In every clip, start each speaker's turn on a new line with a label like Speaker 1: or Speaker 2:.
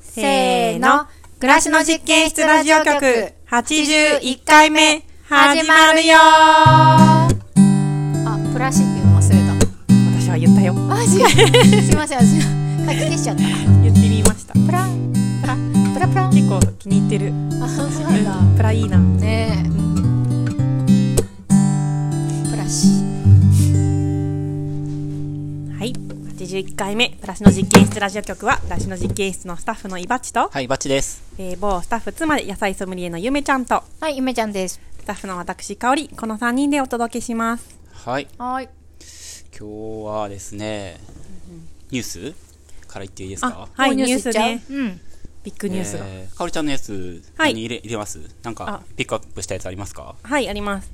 Speaker 1: せーの。暮らしの実験室ラジオ局81回目始まるよ
Speaker 2: あ、プラシっていうの忘れ
Speaker 1: 私は言ったよ。
Speaker 2: た。あ、違う。すいません、私書き消しちゃった。
Speaker 1: 言ってみました。
Speaker 2: プラ、プラ、プラプラ。あ、
Speaker 1: 結構気に入ってる。
Speaker 2: そうなんだ。
Speaker 1: プラいいな。
Speaker 2: ねえ、プラシ。
Speaker 1: はい。81回目、暮らしの実験室ラジオ局は、暮らしの実験室のスタッフのいばっちと、
Speaker 3: はい、バッチです。
Speaker 1: えー、某スタッフ妻で野菜ソムリエのゆめちゃんと、
Speaker 2: はい、ゆめちゃんです。
Speaker 1: スタッフの私、かおり、この3人でお届けします。
Speaker 3: はい、
Speaker 2: はい。
Speaker 3: 今日はですね、ニュースから言っていいですか
Speaker 1: あはいニュース
Speaker 2: いっちゃう
Speaker 1: ね
Speaker 2: うん。
Speaker 1: ビッグニュースが。
Speaker 3: えーかおりちゃんのやつ、
Speaker 1: はい
Speaker 3: 何入れ入れますなんか
Speaker 1: あ、
Speaker 3: ピックアップしたやつありますか
Speaker 1: はい、あります。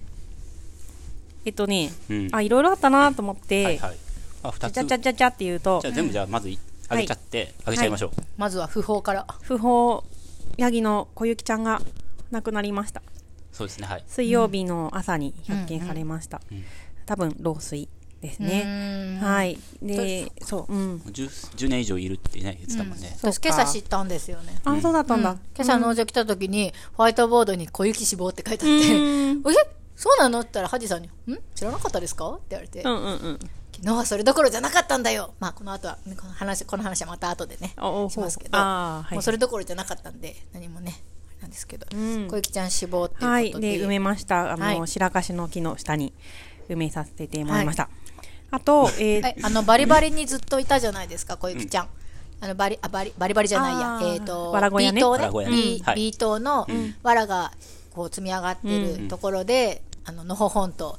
Speaker 1: えっとね、
Speaker 3: うん
Speaker 1: あ、いろいろあったなと思って、
Speaker 3: はいはい。あ、二つ。
Speaker 1: じゃ
Speaker 3: じ
Speaker 1: じゃ
Speaker 3: ゃ
Speaker 1: じゃじゃって言うと
Speaker 3: あ、全部じゃあ、まずい、あげちゃって、あげちゃいましょう。
Speaker 2: まずは不法から。
Speaker 1: 不法ヤギの小雪ちゃんが亡くなりました
Speaker 3: そうですね、はい。
Speaker 1: 水曜日の朝に発見されました、
Speaker 3: うん
Speaker 1: 多分老衰です
Speaker 2: う
Speaker 1: ね、
Speaker 2: ーん。
Speaker 1: はいでそううん
Speaker 3: 10, 10年以上いるってね、言ってたもんね。
Speaker 2: 私、今朝知ったんですよね。
Speaker 1: あ、そうだったんだ、
Speaker 2: うん今朝農場来た時に、ホワイトボードに小雪死亡って書いてあって、
Speaker 1: うん
Speaker 2: えそうなのって言ったら、ハジさんに、ん知らなかったですかって言われて、
Speaker 1: うんうんうん
Speaker 2: 昨日はそれどころじゃなかったんだよまあこの後はねこの話この話はまた後でね
Speaker 1: おお
Speaker 2: しますけど
Speaker 1: あーはい
Speaker 2: もうそれどころじゃなかったんで何もねあれなんですけど、
Speaker 1: ん
Speaker 2: 小雪ちゃん死亡っていうことで,、
Speaker 1: はいで埋めましたあの、
Speaker 2: はい
Speaker 1: 白樫の木の下に埋めさせてもらいました、あと、えー
Speaker 2: はいあのバリバリにずっといたじゃないですか小雪ちゃん、あのバリあバリバリバリじゃない
Speaker 1: あ
Speaker 2: や
Speaker 1: ー
Speaker 2: えっ、と
Speaker 1: わらごやね
Speaker 2: B 島
Speaker 3: わらごやね
Speaker 2: B,
Speaker 3: はい
Speaker 2: B 島のわらがこう積み上がってるところで、あののほほんと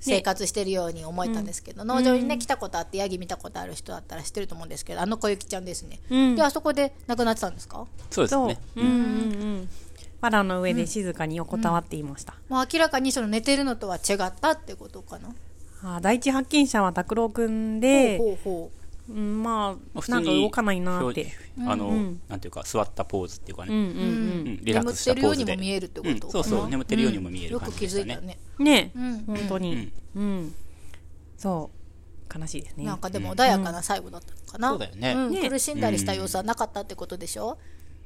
Speaker 2: 生活してるように思えたんですけど、農場にね来たことあってヤギ見たことある人だったら知ってると思うんですけどあの小雪ちゃんですね、
Speaker 1: うん
Speaker 2: であそこで亡くなってたんですか
Speaker 3: そうです
Speaker 1: そう、
Speaker 3: ね。
Speaker 1: うんうんうんわらの上で静かに横たわっていました、
Speaker 2: もう明らかにその寝てるのとは違ったってことかな、
Speaker 1: あー第一発見者は拓郎くんで
Speaker 2: ほうほう
Speaker 1: うんま
Speaker 3: まあ
Speaker 1: あなんか動かないなって。
Speaker 3: あの、
Speaker 1: うん
Speaker 3: なんていうか、座ったポーズっていうか
Speaker 1: うんう
Speaker 3: ね。
Speaker 1: ん
Speaker 3: うんリラックスしたポーズで。
Speaker 2: 眠ってるようにも見えるってこと
Speaker 3: うんそうそう、眠ってるようにも見え
Speaker 2: よ
Speaker 3: る
Speaker 2: く
Speaker 3: 感
Speaker 2: 気
Speaker 3: じで
Speaker 2: づ
Speaker 3: し
Speaker 2: いた
Speaker 3: たね。
Speaker 2: ね
Speaker 1: うんねえ
Speaker 2: うん
Speaker 1: 本当
Speaker 3: う
Speaker 1: に
Speaker 3: ん
Speaker 1: うんそう悲しいですね
Speaker 2: なんかでも穏やかな最後だったのかな、
Speaker 3: そうだよね
Speaker 2: ん
Speaker 1: ね
Speaker 2: 苦しんだりした様子はなかったってことでしょ、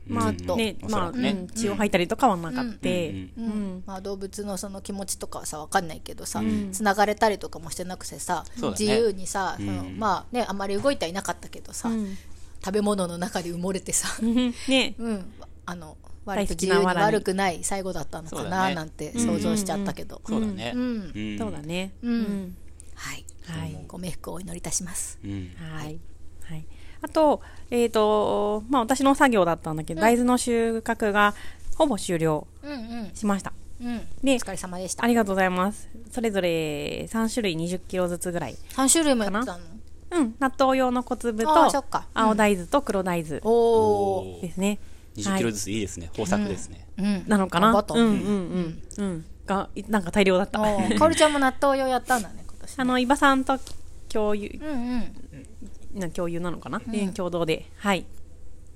Speaker 1: まあ
Speaker 2: ずっと
Speaker 1: ね
Speaker 3: おそ
Speaker 1: まあ
Speaker 3: らくね
Speaker 1: うん血を吐いたりとかはなかったうん
Speaker 2: うんまあ、動物のその気持ちとかはさ分かんないけどさつな、がれたりとかもしてなくてさ、
Speaker 3: そうだ
Speaker 2: 自
Speaker 3: ね
Speaker 2: 由にさ、その
Speaker 3: うん
Speaker 2: まあねあんまり動いてはいなかったけどさ、
Speaker 1: うん
Speaker 2: 食べ物の中で埋もれてさ、
Speaker 1: ねえ
Speaker 2: うん、あの割と
Speaker 1: 大好き
Speaker 2: 自
Speaker 1: な
Speaker 2: 由に
Speaker 1: わらに
Speaker 2: 悪くない最後だったのか
Speaker 3: そうだ
Speaker 2: な
Speaker 3: ね
Speaker 2: なんて想像しちゃったけど、
Speaker 3: そうだね。
Speaker 2: うん
Speaker 3: ん
Speaker 1: そうだ。ね
Speaker 2: うん
Speaker 1: うん
Speaker 2: はい、
Speaker 1: はい
Speaker 2: ご冥福をお祈りいたします。
Speaker 3: うん。
Speaker 1: はいはいあとえっとまあ私の作業だったんだけど大豆の収穫がほぼ終了
Speaker 2: うんうん
Speaker 1: しました
Speaker 2: うん。
Speaker 1: で
Speaker 2: お疲れ様でした
Speaker 1: あ。りがとうございますそれぞれ3種類20キロずつぐらい
Speaker 2: 三種類もやってたの。
Speaker 1: うん納豆用の小粒
Speaker 2: あーそ
Speaker 1: と
Speaker 2: っかうん
Speaker 1: 青大豆と黒大豆
Speaker 2: おお。
Speaker 3: おー
Speaker 1: ですね
Speaker 3: 20キロずついいですね。豊作ですね。
Speaker 2: うん。
Speaker 1: なのかな
Speaker 2: 頑張った
Speaker 1: う
Speaker 2: ね
Speaker 1: んうんうんうんがいなんか大量だった
Speaker 2: おーかおりちゃんも納豆用やったんだね今年ね。
Speaker 1: あの伊庭さんと共有
Speaker 2: うんうん。
Speaker 1: な共有なのかな、うん共同ではい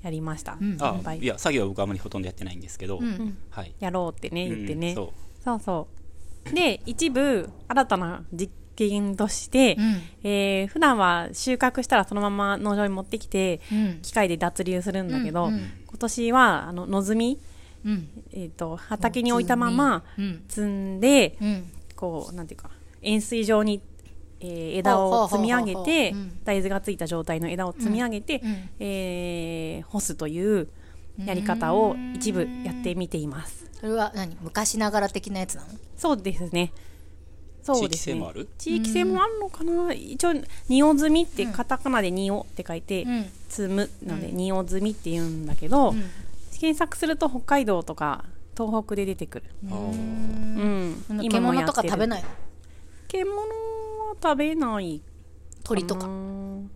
Speaker 1: やりました、
Speaker 3: あ
Speaker 1: 乾、杯
Speaker 3: いや、作業は僕はあまりほとんどやってないんですけど、
Speaker 2: ん
Speaker 3: はい。
Speaker 1: やろうってね言ってね、
Speaker 3: うん
Speaker 1: そう
Speaker 3: そ
Speaker 1: そうで一部新たな実験として、
Speaker 2: うん
Speaker 1: えー普段は収穫したらそのまま農場に持ってきて、
Speaker 2: うん
Speaker 1: 機械で脱流するんだけど、
Speaker 2: うんうん
Speaker 1: 今年はあの野摘み、
Speaker 2: うん。
Speaker 1: えー、と畑に置いたまま
Speaker 2: うん
Speaker 1: 摘んで、
Speaker 2: うん。
Speaker 1: こうなんていうか円錐状に、えー枝
Speaker 2: ほうほ
Speaker 1: を
Speaker 2: うほう
Speaker 1: 積み上げ
Speaker 2: ほうほう
Speaker 1: て
Speaker 2: うん
Speaker 1: 大豆がついた状態の枝を積み上げて、
Speaker 2: うん
Speaker 1: えー干すというやり方を一部やってみています。
Speaker 2: それは何昔ながら的なやつなの。
Speaker 1: そうですね。そうですね
Speaker 3: 地域性もある
Speaker 1: 地域性もあるのかな。一応二オ積みってカタカナで二オって書いて、
Speaker 2: ん
Speaker 1: 積むなので二オ積みって言うんだけど、検索すると北海道とか東北で出てくる。
Speaker 3: あー
Speaker 1: うん。
Speaker 2: あの
Speaker 1: 今も
Speaker 2: 獣
Speaker 1: や
Speaker 2: と
Speaker 1: って
Speaker 2: か
Speaker 1: る
Speaker 2: 食べないの。
Speaker 1: 獣は食べない
Speaker 2: 鳥とか。
Speaker 1: うん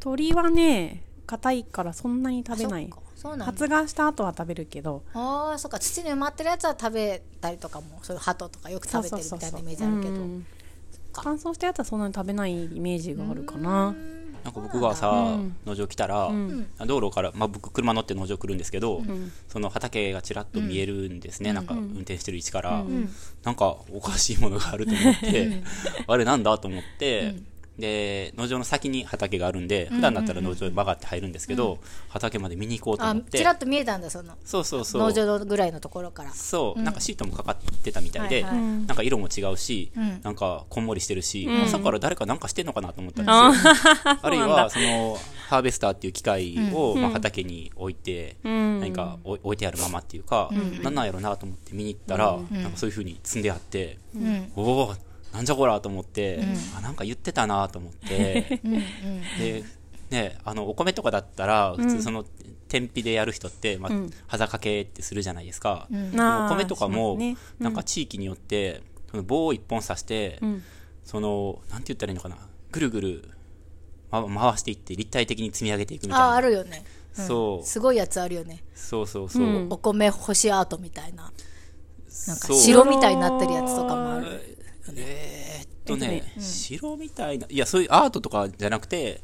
Speaker 1: 鳥はね硬いからそんなに食べない
Speaker 2: そっかそうなんだ。
Speaker 1: 発芽した後は食べるけど
Speaker 2: ああ、そっか、土に埋まってるやつは食べたりとかも、そういう鳩とかよく食べてるみたいなイメージあるけど。
Speaker 1: う
Speaker 2: うん
Speaker 1: ん乾燥したやつはそんなに食べないイメージがあるかな
Speaker 3: なんか僕がさ、農場来たら、道路から、まあ、僕車乗って農場来るんですけど、その畑がちらっと見えるんですね、なんか運転してる位置 から、なんかおかしいものがあると思って、あれなんだと思って、で農場の先に畑があるんで普段だったら農場に曲がって入るんですけど、畑まで見に行こうと
Speaker 2: あ
Speaker 3: 思って
Speaker 2: ちらっと見えたんだその
Speaker 3: そうそうそう
Speaker 2: 農場のぐらいのところから
Speaker 3: そう、なんかシートもかかってたみたいで、
Speaker 2: はいはい
Speaker 3: なんか色も違うし、
Speaker 2: ん
Speaker 3: なんかこんもりしてるし、朝から誰かなんかしてんのかなと思ったんですよ、 あるいはそのハーベスターっていう機械を、まあ、畑に置いて、
Speaker 1: ん
Speaker 3: 何かお置いてあるままっていうか、なんなんやろなと思って見に行ったら、なんかそういうふうに積んであって、
Speaker 2: うん
Speaker 3: おおなんじゃこらと思って、あなんか言ってたなと思 って。でね、あのお米とかだったら普通その天日でやる人って、まあ肌掛けってするじゃないですか、でも
Speaker 1: あー
Speaker 3: お米とか
Speaker 1: し
Speaker 3: も、
Speaker 1: ますねうん
Speaker 3: なんか地域によってその棒を一本刺して、
Speaker 1: ん
Speaker 3: そのなんて言ったらいいのかなぐるぐる、ま、回していって立体的に積み上げていくみた
Speaker 2: あ
Speaker 3: いな
Speaker 2: あるよね
Speaker 3: そう
Speaker 2: すごいやつあるよね
Speaker 3: そうそうそう、
Speaker 1: うん
Speaker 2: お米干しアートみたいななんか
Speaker 3: そう
Speaker 2: 城みたいになってるやつとかもある
Speaker 3: えーっとね、城みたいないやそういうアートとかじゃなくて、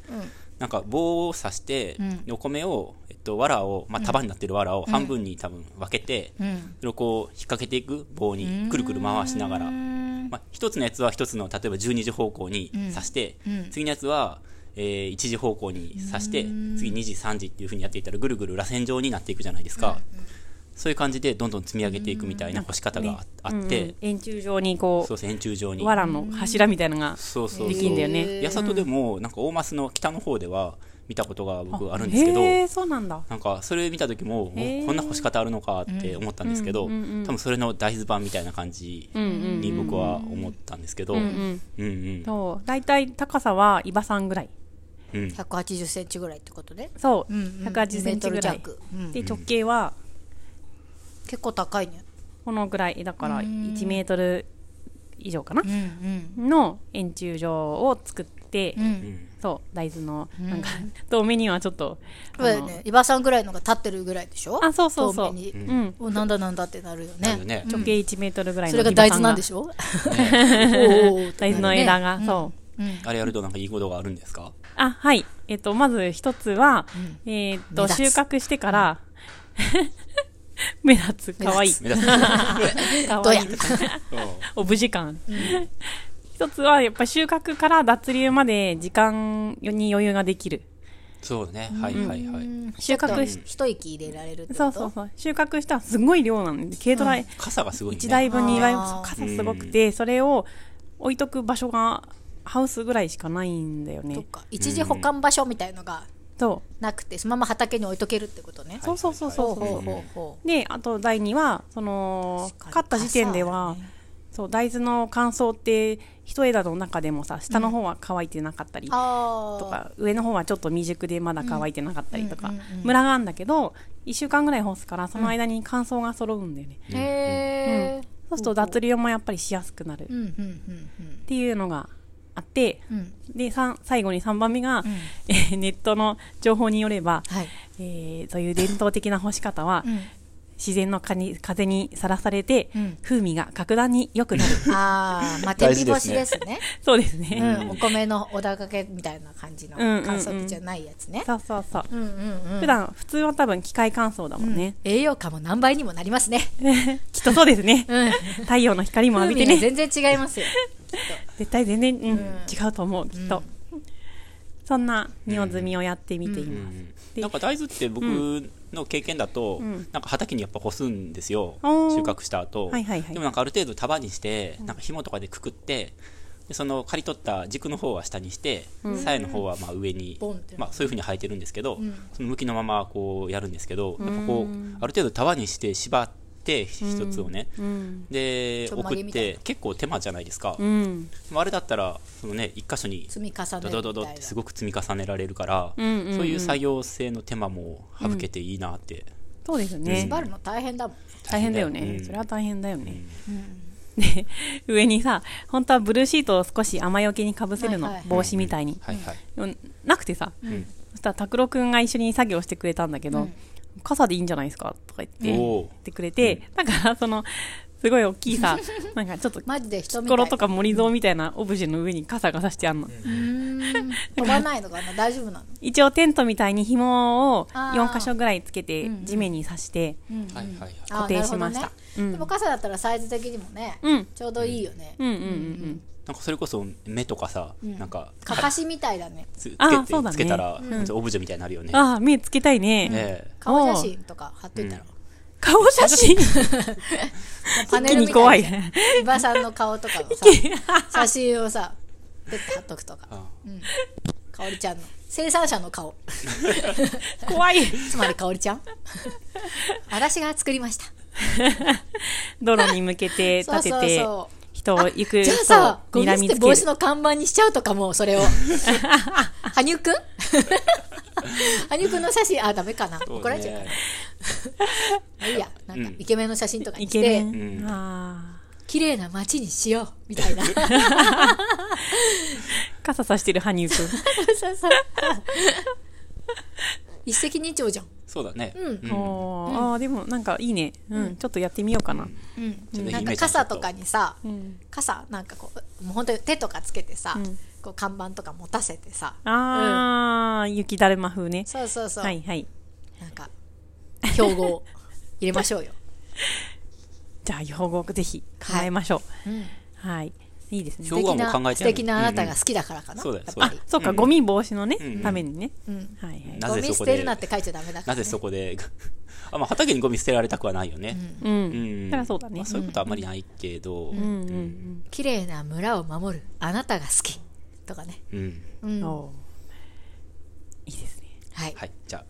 Speaker 3: なんか棒を刺して、お米を、えっと、藁を、まあ、束になってる藁を半分に多分分けて、
Speaker 2: ん
Speaker 3: それをこう引っ掛けていく棒にくるくる回しながら、まあ、一つのやつは一つの例えば12時方向に刺して、次のやつは、え1時方向に刺して、次2時3時っていうふうにやっていったらぐるぐる螺旋状になっていくじゃないですか、そういう感じでどんどん積み上げていくみたいな干し方がああっ
Speaker 1: う
Speaker 3: て、
Speaker 1: ん円柱状にこ
Speaker 3: そうそう円柱状
Speaker 1: う
Speaker 3: に
Speaker 1: 藁の柱みたいなのが
Speaker 3: そうそうそう
Speaker 1: できんだよね
Speaker 3: 八里でもなんか大マスの北の方では見たことが僕あるんですけど
Speaker 1: へえそうなんだ
Speaker 3: なんかそれ見た時も
Speaker 1: へ
Speaker 3: お
Speaker 1: ー
Speaker 3: こんな干し方あるのかって思ったんですけど、
Speaker 1: うんうんうんうん
Speaker 3: 多分それの大豆版みたいな感じに僕は思ったんですけど、うん
Speaker 1: う
Speaker 3: うん
Speaker 1: ん
Speaker 3: うん
Speaker 1: そう大体高さは伊庭さんぐらい
Speaker 3: うん
Speaker 2: 180センチぐらいってことね
Speaker 1: そう、
Speaker 2: うんうん
Speaker 1: 180センチぐら
Speaker 2: 2メー
Speaker 1: い
Speaker 2: トル弱うん
Speaker 1: で直径は
Speaker 2: 結構高いね
Speaker 1: このぐらいだから1メートル以上かな
Speaker 2: う、ん
Speaker 1: の円柱状を作って、
Speaker 2: うんう
Speaker 3: うんん
Speaker 1: そう大豆のなんか、遠目にはちょっと
Speaker 2: そうだよね伊庭さんぐらいのが立ってるぐらいでしょ
Speaker 1: あそうそうそう
Speaker 2: 遠目に
Speaker 1: あのうん、
Speaker 2: おなんだなんだってなるよ
Speaker 3: な
Speaker 2: ね
Speaker 3: んでね、
Speaker 1: 直径1メートルぐらい
Speaker 2: そ
Speaker 1: の
Speaker 2: れが大豆なんで
Speaker 1: ょ
Speaker 2: しょ おーおー
Speaker 1: 大豆の枝が、そう
Speaker 3: あれやるとなんかいいことがあるんですか
Speaker 1: あはいえっ、とまず一つは、えっ、と
Speaker 2: 目立
Speaker 1: 収
Speaker 2: つ
Speaker 1: 穫してから 目立つかわいい
Speaker 3: 目立つうん
Speaker 1: か
Speaker 2: どう
Speaker 1: わい
Speaker 2: や
Speaker 1: いオブ時間。一つはやっぱ収穫から脱流まで時間に余裕ができる。
Speaker 3: そうだねはいはいはい、
Speaker 1: 収穫し、
Speaker 2: 一息入れられるって
Speaker 1: そ
Speaker 2: こ
Speaker 1: うそう
Speaker 2: と
Speaker 1: そう。収穫したらすごい量なんで、軽トラ1
Speaker 3: 傘がすごいね
Speaker 1: 台分に2台分、
Speaker 2: あー
Speaker 1: 傘すごくて、それを置いとく場所がハウスぐらいしかないんだよ
Speaker 2: そ
Speaker 1: ね
Speaker 2: っ。か一時保管場所みたいのが
Speaker 1: そ
Speaker 2: なくてそのまま畑に置いとけるってことね
Speaker 1: う。そうそうそう
Speaker 2: ほ
Speaker 1: そ
Speaker 2: うほうほうほ
Speaker 1: う。で、あと第2は、その
Speaker 2: 確か、に
Speaker 1: 買った時点では
Speaker 2: 傘ある、
Speaker 1: そう、大豆の乾燥って一枝の中でもさ、下の方は乾いてなかったり、
Speaker 2: うあ
Speaker 1: と
Speaker 2: あ
Speaker 1: か上の方はちょっと未熟でまだ乾いてなかったりとか、ムラがあるんだけど1週間ぐらい干すからその間に乾燥が揃うんだよね、
Speaker 2: へえ
Speaker 1: そうすると脱流もやっぱりしやすくなるっ
Speaker 2: うんうんうんうん
Speaker 1: ていうのがあって、
Speaker 2: うん
Speaker 1: でさん最後に3番目が、えーネットの情報によれば、
Speaker 2: はい
Speaker 1: えーそういう伝統的な干し方は、自然の風に風にさらされて、
Speaker 2: うん
Speaker 1: 風味が格段に良く なる
Speaker 2: ああまあ天日干しで
Speaker 3: 大事ですす
Speaker 2: ね
Speaker 1: そうです
Speaker 2: う
Speaker 1: ね、
Speaker 2: んお米のおだかけみたいな感じの
Speaker 1: うんうんうん
Speaker 2: 乾燥機じゃないやつね
Speaker 1: そうそうそう、
Speaker 2: うんうん
Speaker 1: 普段普通は多分機械乾燥だもんね、
Speaker 2: 栄養価も何倍にもなりますね
Speaker 1: きっとそうですね、
Speaker 2: うん
Speaker 1: 太陽の光も浴びて
Speaker 2: 風
Speaker 1: ね
Speaker 2: 味が全然違いますよ
Speaker 1: 絶対全然、うん違うと思うきっと、そんな荷用積みをやってみています、で
Speaker 3: なんか大豆って僕の経験だと、なんか畑にやっぱ干すんですよ、
Speaker 1: おー
Speaker 3: 収束した後、
Speaker 1: はいはいはい
Speaker 3: でもなんかある程度束にしてなんか紐とかでくくってでその刈り取った軸の方は下にして、鞘の方はまあ上に
Speaker 2: ボンって、
Speaker 3: まあ、そういうふうに生えてるんですけど、その向きのままこうやるんですけどやっぱこうある程度束にして縛って一つをね、で
Speaker 2: ちょんま
Speaker 3: 送
Speaker 2: げ
Speaker 3: っ
Speaker 2: みたいな
Speaker 3: て結構手間じゃないですか、
Speaker 1: うん
Speaker 3: でもあれだったらそのね一箇所に
Speaker 2: 積み重ねる
Speaker 3: ドド
Speaker 2: み
Speaker 3: ドド
Speaker 2: た
Speaker 3: っ
Speaker 2: い
Speaker 3: て
Speaker 2: な
Speaker 3: すごく積み重ねられるから、
Speaker 1: うんうんうん
Speaker 3: そういう作業性の手間も省けていいなって、
Speaker 1: そうですね
Speaker 2: 縛るの大変だもん
Speaker 1: 大変だよね、
Speaker 3: うん
Speaker 1: それは大変だよね、で上にさ本当はブルーシートを少し雨よけにかぶせるの、
Speaker 2: はいはい
Speaker 1: 帽子みたいに、
Speaker 3: はいはい、
Speaker 1: でもなくてさ、
Speaker 3: ん
Speaker 1: そしたら拓郎くんが一緒に作業してくれたんだけど、傘でいいんじゃないですかとか言って言
Speaker 3: おー
Speaker 1: ってくれて、だからそのすごい大きいさなんかちょっ と
Speaker 2: マジで人みたい
Speaker 1: 心とか森蔵みたいなオブジェの上に傘がさしてあんの、
Speaker 2: 飛ばないのかな大丈夫なの
Speaker 1: 一応テントみたいに紐を
Speaker 2: あー
Speaker 1: 4箇所ぐらいつけて地面に刺して、
Speaker 3: はいはいはい
Speaker 2: あー
Speaker 1: 固定しました
Speaker 2: なるほどねでも傘だったらサイズ的にもね
Speaker 1: うん
Speaker 2: ちょうどいいよね
Speaker 1: うんうんうんうん
Speaker 3: なんかそれこそ目とかさ、なんか
Speaker 2: かかしみたいだね
Speaker 3: つつけ
Speaker 1: あ
Speaker 3: て、
Speaker 1: そうだね
Speaker 3: つけたら、
Speaker 1: うん
Speaker 3: オブジェみたいになるよね。
Speaker 1: ああ、目つけたいね。
Speaker 3: ええ
Speaker 2: 顔写真とか貼っといたら、
Speaker 3: うん
Speaker 1: 顔写真
Speaker 2: パネ
Speaker 1: 気
Speaker 2: ルみ
Speaker 1: に
Speaker 2: た
Speaker 1: 怖 い
Speaker 2: じゃん
Speaker 1: ね。
Speaker 2: 伊庭さんの顔とかのさ写真をさペッて貼っとくとか
Speaker 3: あ
Speaker 2: かおりちゃんの生産者の顔
Speaker 1: 怖い。
Speaker 2: つまりかおりちゃん 私が作りました
Speaker 1: 道路に向けて 立てて、人を行く
Speaker 2: じゃあ
Speaker 1: 人
Speaker 2: さ
Speaker 1: を
Speaker 2: ゴミ
Speaker 1: 睨
Speaker 2: 捨
Speaker 1: み
Speaker 2: て
Speaker 1: つ
Speaker 2: 防
Speaker 1: け
Speaker 2: 止
Speaker 1: る。
Speaker 2: の看板にしちゃうとかもう それを羽生くん 羽生くんの写真あダメかな
Speaker 3: そうね
Speaker 2: 怒られちゃうかな、いいやなんか
Speaker 3: うん
Speaker 2: イケメンの写真とか
Speaker 1: イ
Speaker 2: に
Speaker 1: ケメ
Speaker 2: して、
Speaker 1: ン。
Speaker 3: うん
Speaker 1: あ
Speaker 2: 綺麗な街にしようみた いなそう
Speaker 1: あ。傘さしてる羽生くん。
Speaker 2: そうそう一石二鳥じゃん
Speaker 3: そうだね。
Speaker 2: うん
Speaker 3: うん
Speaker 1: おーああ、でもなんかいいね。うん、ちょっとやってみようかな。
Speaker 2: うん、
Speaker 3: ん
Speaker 2: なんか傘とかにさ、
Speaker 1: ん
Speaker 2: 傘なんかこうもう本当に手とかつけてさ、
Speaker 1: うん
Speaker 2: こう看板とか持たせてさ、
Speaker 1: ああ、雪だるま風ね。
Speaker 2: そうそうそう、
Speaker 1: はいはい。
Speaker 2: なんか標語を入れましょうよ、
Speaker 1: じゃあ、用語ぜひ考えましょう。
Speaker 2: うん、
Speaker 1: はい。いいですね。
Speaker 3: 標語はもう考えてある
Speaker 2: 素敵なあなたが好きだからかな、
Speaker 3: そうだよ
Speaker 2: やっ
Speaker 3: そう
Speaker 2: ぱ
Speaker 3: だ
Speaker 2: り
Speaker 3: よ
Speaker 1: そうか、
Speaker 3: うん
Speaker 1: ゴミ防止のね、
Speaker 3: うん
Speaker 1: ためにね。
Speaker 2: うん
Speaker 1: はいはい。
Speaker 3: な
Speaker 2: ゴ
Speaker 3: ぜ
Speaker 2: ミ
Speaker 3: そ
Speaker 2: 捨
Speaker 3: こ
Speaker 2: て
Speaker 3: で
Speaker 2: るなって書いちゃダメだか
Speaker 3: な
Speaker 2: ら、ね、
Speaker 3: ぜそこで あ、まあ、畑にゴミ捨てられたくはないよね。
Speaker 1: う。
Speaker 3: うんん
Speaker 1: だからそうだね
Speaker 3: まあ、そういうことはあんまりないけど、う
Speaker 1: うん
Speaker 3: ん
Speaker 1: うん
Speaker 2: 綺麗な村を守るあなたが好きとかね、う
Speaker 1: うんん。
Speaker 2: は
Speaker 1: おーいいですね。
Speaker 2: い、
Speaker 3: はいじゃ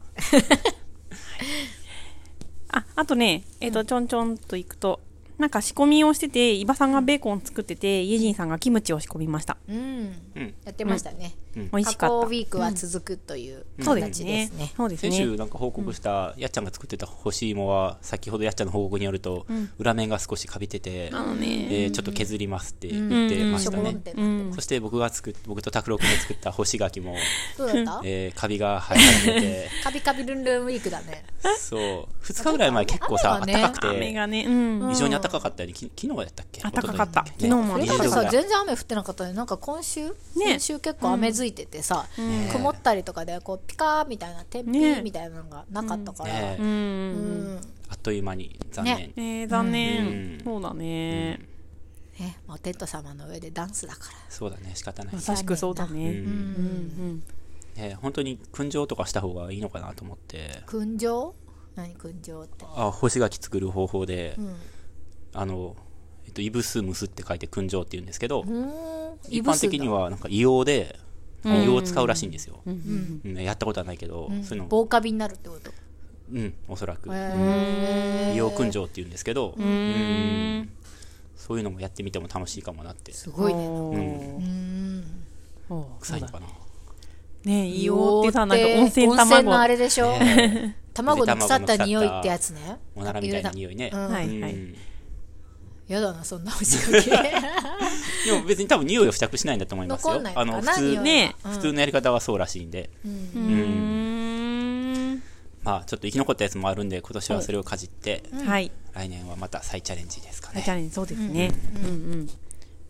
Speaker 1: あ、あとね、えっ、と、ちょんちょんと行くと、なんか仕込みをしてて、伊庭さんがベーコン作ってて、イエジンさんがキムチを仕込みました。
Speaker 2: うん
Speaker 3: あ、うん、
Speaker 2: やってましたね、
Speaker 1: 美味
Speaker 2: 加
Speaker 1: しかっ
Speaker 2: 工ウ
Speaker 1: た。
Speaker 2: ィークは続くという
Speaker 1: そうです
Speaker 2: 形で
Speaker 1: ね
Speaker 2: すね。
Speaker 1: そうです
Speaker 3: 先
Speaker 1: ね。
Speaker 3: 週なんか報告した、やっちゃんが作ってた干し芋は先ほどやっちゃんの報告によると、裏面が少しかびてて、えーちょっと削りますって言ってまし
Speaker 2: しょ
Speaker 3: た
Speaker 2: ぼん
Speaker 3: ね
Speaker 2: っ、て
Speaker 1: うん。
Speaker 3: そして僕が作っ僕と拓郎君が作った干し柿 も、
Speaker 2: どうだった、
Speaker 3: えーカビが生え始めて
Speaker 2: カビカビルンルンウィークだね。
Speaker 3: そう2日ぐらい前結構さ、
Speaker 2: 雨
Speaker 3: 暖
Speaker 2: が
Speaker 3: か
Speaker 2: ね
Speaker 3: く
Speaker 1: 雨
Speaker 3: て
Speaker 1: がね、うん。
Speaker 3: 非常に暖かかったよねき昨日やったっけ
Speaker 1: 暖かかった昨
Speaker 3: 一
Speaker 1: 日もね
Speaker 2: それ
Speaker 3: 昨日
Speaker 2: ま
Speaker 3: だ
Speaker 2: でさ
Speaker 3: っけね20度ぐらい
Speaker 2: 全然雨降ってなかったねなんか今週、先週結構雨づいててさ、
Speaker 3: ん
Speaker 2: 曇ったりとかでこうピカーみたいな天
Speaker 1: ね
Speaker 2: 日みたいなのがなかったから、
Speaker 3: ね
Speaker 1: う。
Speaker 2: うんん
Speaker 3: あっという間に残念、
Speaker 2: ね
Speaker 1: えー、残
Speaker 3: う
Speaker 1: 念
Speaker 3: ん。
Speaker 1: そうだね。
Speaker 2: ねもうテント様の上でダンスだから
Speaker 3: そうだね仕方ない
Speaker 1: まさしくそうだ
Speaker 3: う
Speaker 1: ね。う
Speaker 3: ん
Speaker 1: んうん。
Speaker 3: ね本当に燻蒸とかした方がいいのかなと思って
Speaker 2: 燻蒸何燻蒸って
Speaker 3: あ干し柿作る方法で、
Speaker 2: ん
Speaker 3: あの、えっと、いぶすむすって書いて燻蒸って言うんですけど、
Speaker 2: うーん
Speaker 3: 一般的にはなんか硫黄で硫黄を使うらしいんですよ、うんやったことはないけど、そういうの
Speaker 2: 防カビになるってこと
Speaker 3: うんおそらく、
Speaker 2: へー
Speaker 3: 硫黄燻蒸って言うんですけど、うんそういうのもやってみても楽しいかもなって
Speaker 2: すごいね
Speaker 1: お
Speaker 2: う
Speaker 1: ー
Speaker 2: ん
Speaker 1: おー
Speaker 3: 臭いのかな、
Speaker 1: ねえ、硫黄ってさ、なんか
Speaker 2: 硫黄
Speaker 1: 温泉
Speaker 2: 温泉のあ
Speaker 1: 卵。
Speaker 2: れでしょ、
Speaker 3: ね
Speaker 2: 卵の腐った匂いってやつね
Speaker 3: え おならみたいな匂いね、
Speaker 2: うん
Speaker 1: はい
Speaker 3: うん
Speaker 1: はい
Speaker 2: やだなそんな虫か け
Speaker 3: でも別に多分匂いを付着しないんだと思います
Speaker 2: 残
Speaker 3: よ
Speaker 2: んないのかな
Speaker 3: あの普通
Speaker 2: 匂い
Speaker 1: ね
Speaker 3: 普通のやり方はそうらしいんで、
Speaker 1: うーん。
Speaker 3: まあちょっと生き残ったやつもあるんで今年はそれをかじって、
Speaker 1: はい。
Speaker 3: 来年はまた再チャレンジですか
Speaker 1: チ
Speaker 3: ね
Speaker 1: ャレンジ、そうですね。うんうん。